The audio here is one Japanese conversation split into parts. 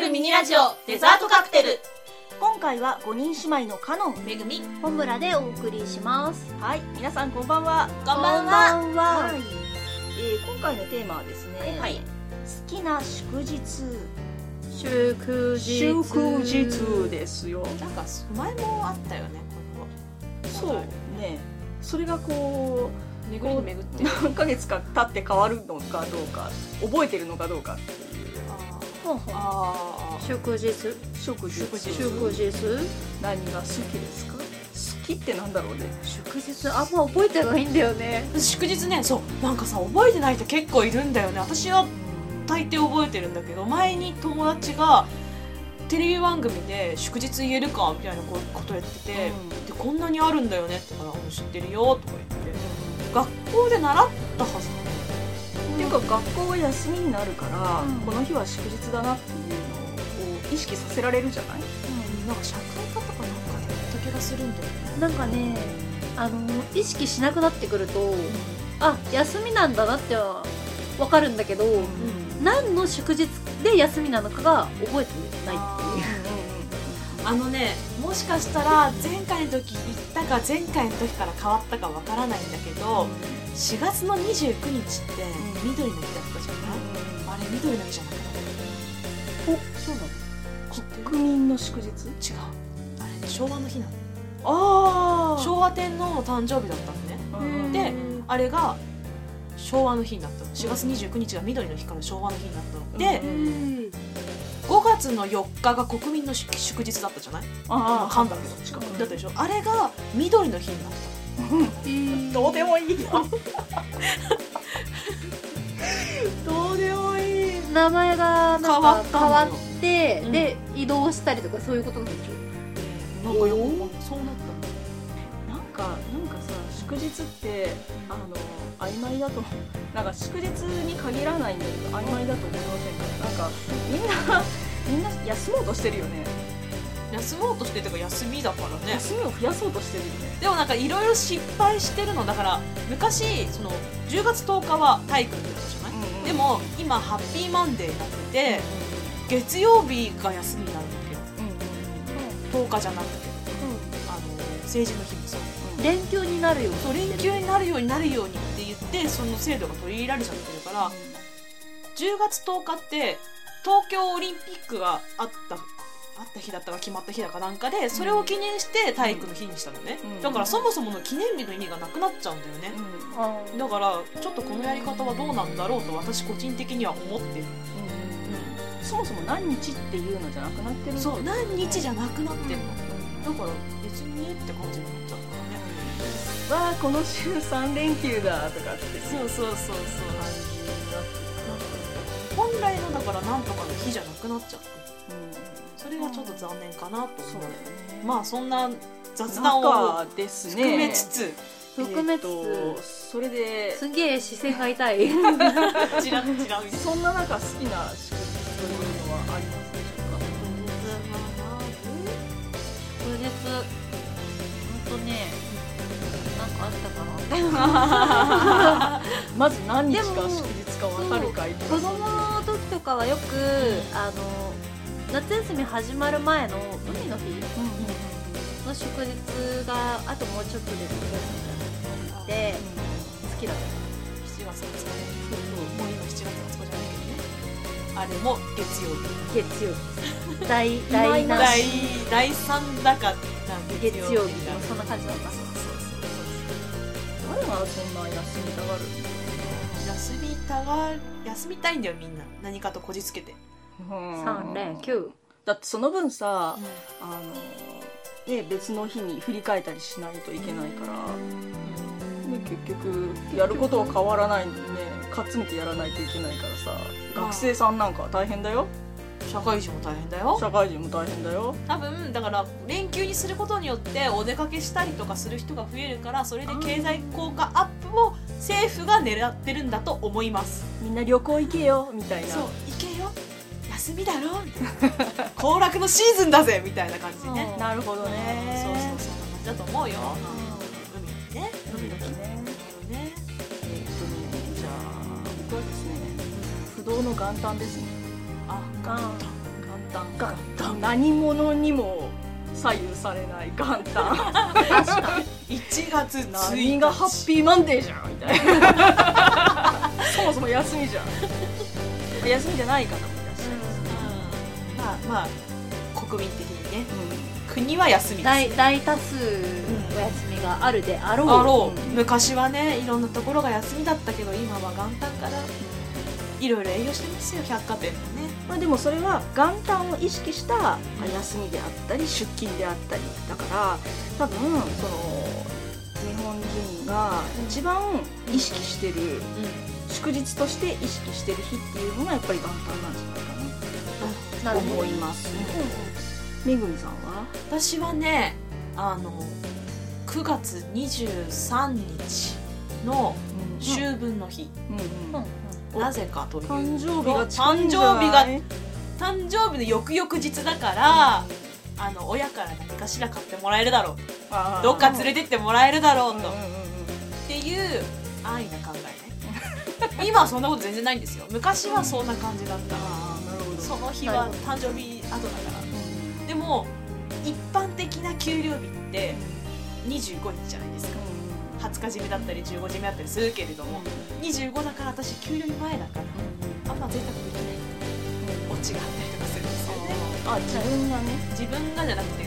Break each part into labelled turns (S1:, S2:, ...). S1: ルミニラジオデザートカクテル
S2: 今回は5人姉妹のカノン
S1: めぐみ
S3: 本村でお送りします。
S2: はい皆さんこんばんは
S1: こんばんは
S2: こんばんははいえー今回のテーマはですね、
S1: はいはい
S2: 好きな祝日
S3: 祝日。
S2: ですよ
S1: なんか前もあったよねこ
S2: そうねそれがこう
S1: のめぐりにめぐ って
S2: 何ヶ月か経って変わるのかどうか覚えてるのかどうかっていう
S3: ほんほん
S1: あ
S3: 祝日。
S2: 祝日
S1: 祝日
S3: 祝日。
S2: 何が好きですか好きってなんだろうね
S3: 祝日あんま覚えてないんだよね。
S1: あ祝日ねそうなんかさ覚えてない人結構いるんだよね私は大抵覚えてるんだけど前に友達がテレビ番組で祝日言えるかみたいなこことやってて、でこんなにあるんだよねって言うから知ってるよとか言って学校で習ったはず
S2: っていうか学校が休みになるから、
S3: うん
S2: この日は祝日だなっていうのを意識させられるじゃない、
S1: なんか社会科とかなんかでやった気がするんだよね
S3: なんかね、あの意識しなくなってくると、あ休みなんだなってはわかるんだけど、何の祝日で休みなのかが覚えてないっていう。
S1: あのねもしかしたら前回の時言ったか前回の時から変わったかわからないんだけど、4月の29日って緑の日だったじゃない、あれ緑の日じゃなくな
S2: おそうなの国民の祝日
S1: 違うあれね昭和の日なの
S2: ああ
S1: 昭和天皇の誕生日だったのね
S2: うん
S1: であれが昭和の日になったの4月29日が緑の日から昭和の日になったので
S2: う
S3: うん。
S1: 5月の4日が国民の祝祝日だったじゃない
S2: あ
S1: あかんだけど
S2: 近く
S1: だったでしょあれが緑の日になった
S2: どうでもい いよ
S1: どうでもいい
S3: 名前がな
S1: 変
S3: んか変
S1: わ
S3: わ
S1: ったの
S3: って、
S1: うん
S3: で移動したりとかそういうことなんでしょ
S1: なんかよ
S2: お
S1: そうなっ
S2: なんかなんかさ祝日ってあの曖昧だとなんか祝日に限らないんだけど曖昧だと思いませんかなんかみんなみんな休もうとしてるよね
S1: た休もうとしてとか休みだからね
S2: 休みを増やそうとしてるよね
S1: でもなんかいろいろ失敗してるのだから昔その10月10日は体育ってやつじゃない、
S2: うんうん
S1: でも今ハッピーマンデーになってて月曜日が休みになるんだけど10日じゃなくてあの政治の日もそう
S3: 連休になるよ。
S1: そう連休になるようになるようにって言ってその制度が取り入れられちゃってるから10月10日って東京オリンピックがあったあった日だったか決まった日だかなんかでそれを記念して体育の日にしたのね、
S2: うん
S1: だからそもそもの記念日の意味がなくなっちゃうんだよね、
S3: あー
S1: だからちょっとこのやり方はどうなんだろうと私個人的には思ってる、
S2: そもそも何日っていうのじゃなくなってる
S1: そう
S2: だ
S1: 何日じゃなくなってるの、
S2: だから
S1: 別にねって感じになっちゃうからね
S2: わあこの週3連休だとかって
S1: そうそうそうそう本来のだからなんとかの日じゃなくなっちゃうそれがちょっと残念かなと
S2: そう
S1: 思
S2: だよ
S1: う
S2: ね
S1: まあそんな雑談を
S2: 中ですね
S1: 含めつつ、
S3: 含めつつ
S2: えっとそれです
S3: げえ視線が 痛い。
S1: チラッチラみたいな。
S2: そんな中好きな祝日というのはありますでしょうか
S3: 祝日本当ねなんかあったかな
S2: まず何日
S3: でも
S2: か祝日かわかるかいって
S3: 子供の時とかはよくあの夏休み始まる前の海の日の祝日があともうちょっとで夏休みだって好きだっ
S1: 7月20日もう今7月20日じゃないけどねあれも月曜日
S3: た月曜日第第な
S1: 第第3だかなん
S3: 月曜日
S1: だ
S3: もそんな感じだった
S2: 誰がそんな休みたがる
S1: 休みたが休みたいんだよみんな何かとこじつけて、
S3: 三連休
S2: だってその分さ、あのね、別の日に振り替えたりしないといけないから、ね、結局やることは変わらないんでねかっつめてやらないといけないからさ学生さんなんかは大変だよ
S1: 社会人も大変だよ
S2: 社会人も大変だよ
S1: 多分だから連休にすることによってお出かけしたりとかする人が増えるからそれで経済効果アップを政府が狙ってるんだと思います
S2: みんな旅行行けよみたいな
S1: そう行けよ休みだろみたい な行楽のシーズンだぜみたいな感じでね
S2: なるほどね
S1: そうそうそんな感じだと思うよ海ね
S2: 海の日ね
S1: 海ね
S2: えっとねじゃあ僕はですね不動の元旦ですね
S1: あ
S3: あ
S2: 元
S3: タ
S2: 元
S3: ン
S2: 旦何者にも左右されない元旦
S3: 確かに
S1: 1月1日
S2: 何がハッピーマンデーじゃんみたいなそもそも休みじゃんまあ休みじゃない方もいらっしゃいます、
S1: うんまあまあ国民的にね
S2: うん
S1: 国は休みです
S3: 大大多数お休みがあるであろう
S1: あろう、
S2: うん
S1: 昔はねいろんなところが休みだったけど今は元旦からいろいろ営業してますよ百貨店もね
S2: まあ、でもそれは元旦を意識した休みであったり出勤であったりだから多分その日本人が一番意識してる祝日として意識してる日っていうのがやっぱり元旦なんじゃないかな
S3: なる
S2: と
S3: ほど
S2: 思います、めぐみさんは
S1: 私はねあの9月23日の秋分の日、
S2: うん
S3: うんうん
S1: なぜかというと
S2: 誕生日が近い
S1: 誕
S2: んじ
S1: 生
S2: ゃない
S1: 日が誕生日の翌々日だから、あの親から何かしら買ってもらえるだろう
S2: あー
S1: どっか連れてってもらえるだろうと、
S2: う
S1: っ
S2: んうんうん
S1: ていう安易な考 えね今はそんなこと全然ないんですよ昔はそんな感じだった
S2: あーなるほど
S1: その日
S3: な
S1: は
S3: る
S1: 誕生日後だからでも一般的な給料日って25日じゃないですか20日締めだったり15締めだったりするけれども25だから私給料日前だからあんま贅沢できないオチがあったりとかするんですよね
S2: あ自分がね
S1: 自分がじゃなくて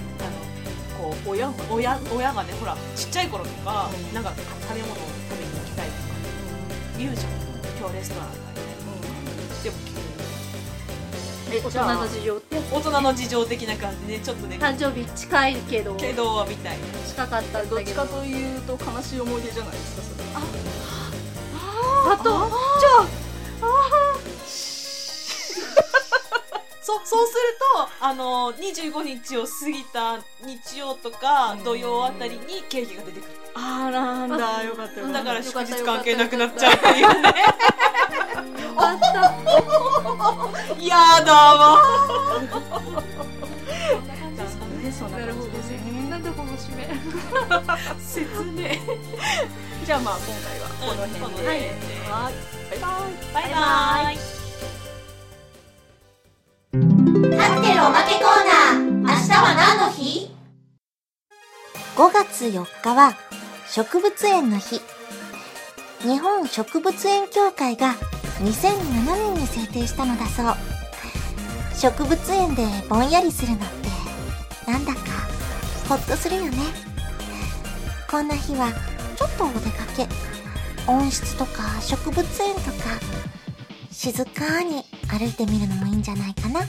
S1: あのこう親が親親がねほらちっちゃい頃とか、
S2: うん
S1: なんか食べ物を食べに行きたいとか言うじゃん今日レストランだねでも
S2: え
S3: 大
S2: じ
S3: 人
S2: ゃあ
S3: の事情って
S1: 大人の事情的な感じでちょっとね
S3: 誕生日近いけど
S1: けどみたいな
S3: 近かったん
S2: どっ
S3: だ
S2: ち
S3: け
S2: か
S3: ど
S2: というと悲しい思い出じゃないですかそれは
S3: あと
S1: そうそうするとあの25日を過ぎた日曜とか
S2: うん
S1: 土曜あたりにケーキが出てくる
S2: あらなんだよかったよ
S1: だから祝日
S3: よ
S1: 関
S3: かったよ
S1: 係
S3: か
S1: な
S3: った
S1: くなっちゃうっていうね
S3: あった
S1: やだわ
S2: ねそんな
S3: なるほ
S2: 感 じ
S3: ど
S2: です
S3: ね
S2: ね
S3: なんでこの締め
S1: 説明
S2: じゃあまあ今回はこの辺で、
S1: うんこの辺で
S2: はいバイバイ
S1: バイバ
S3: バ
S1: イ
S4: カクテルおまけコーナー明日は何の日
S5: 5月4日は植物園の日日本植物園協会が2007年に制定したのだそう植物園でぼんやりするのってなんだかほっとするよねこんな日はちょっとお出かけ温室とか植物園とか静かに歩いてみるのもいいんじゃないかな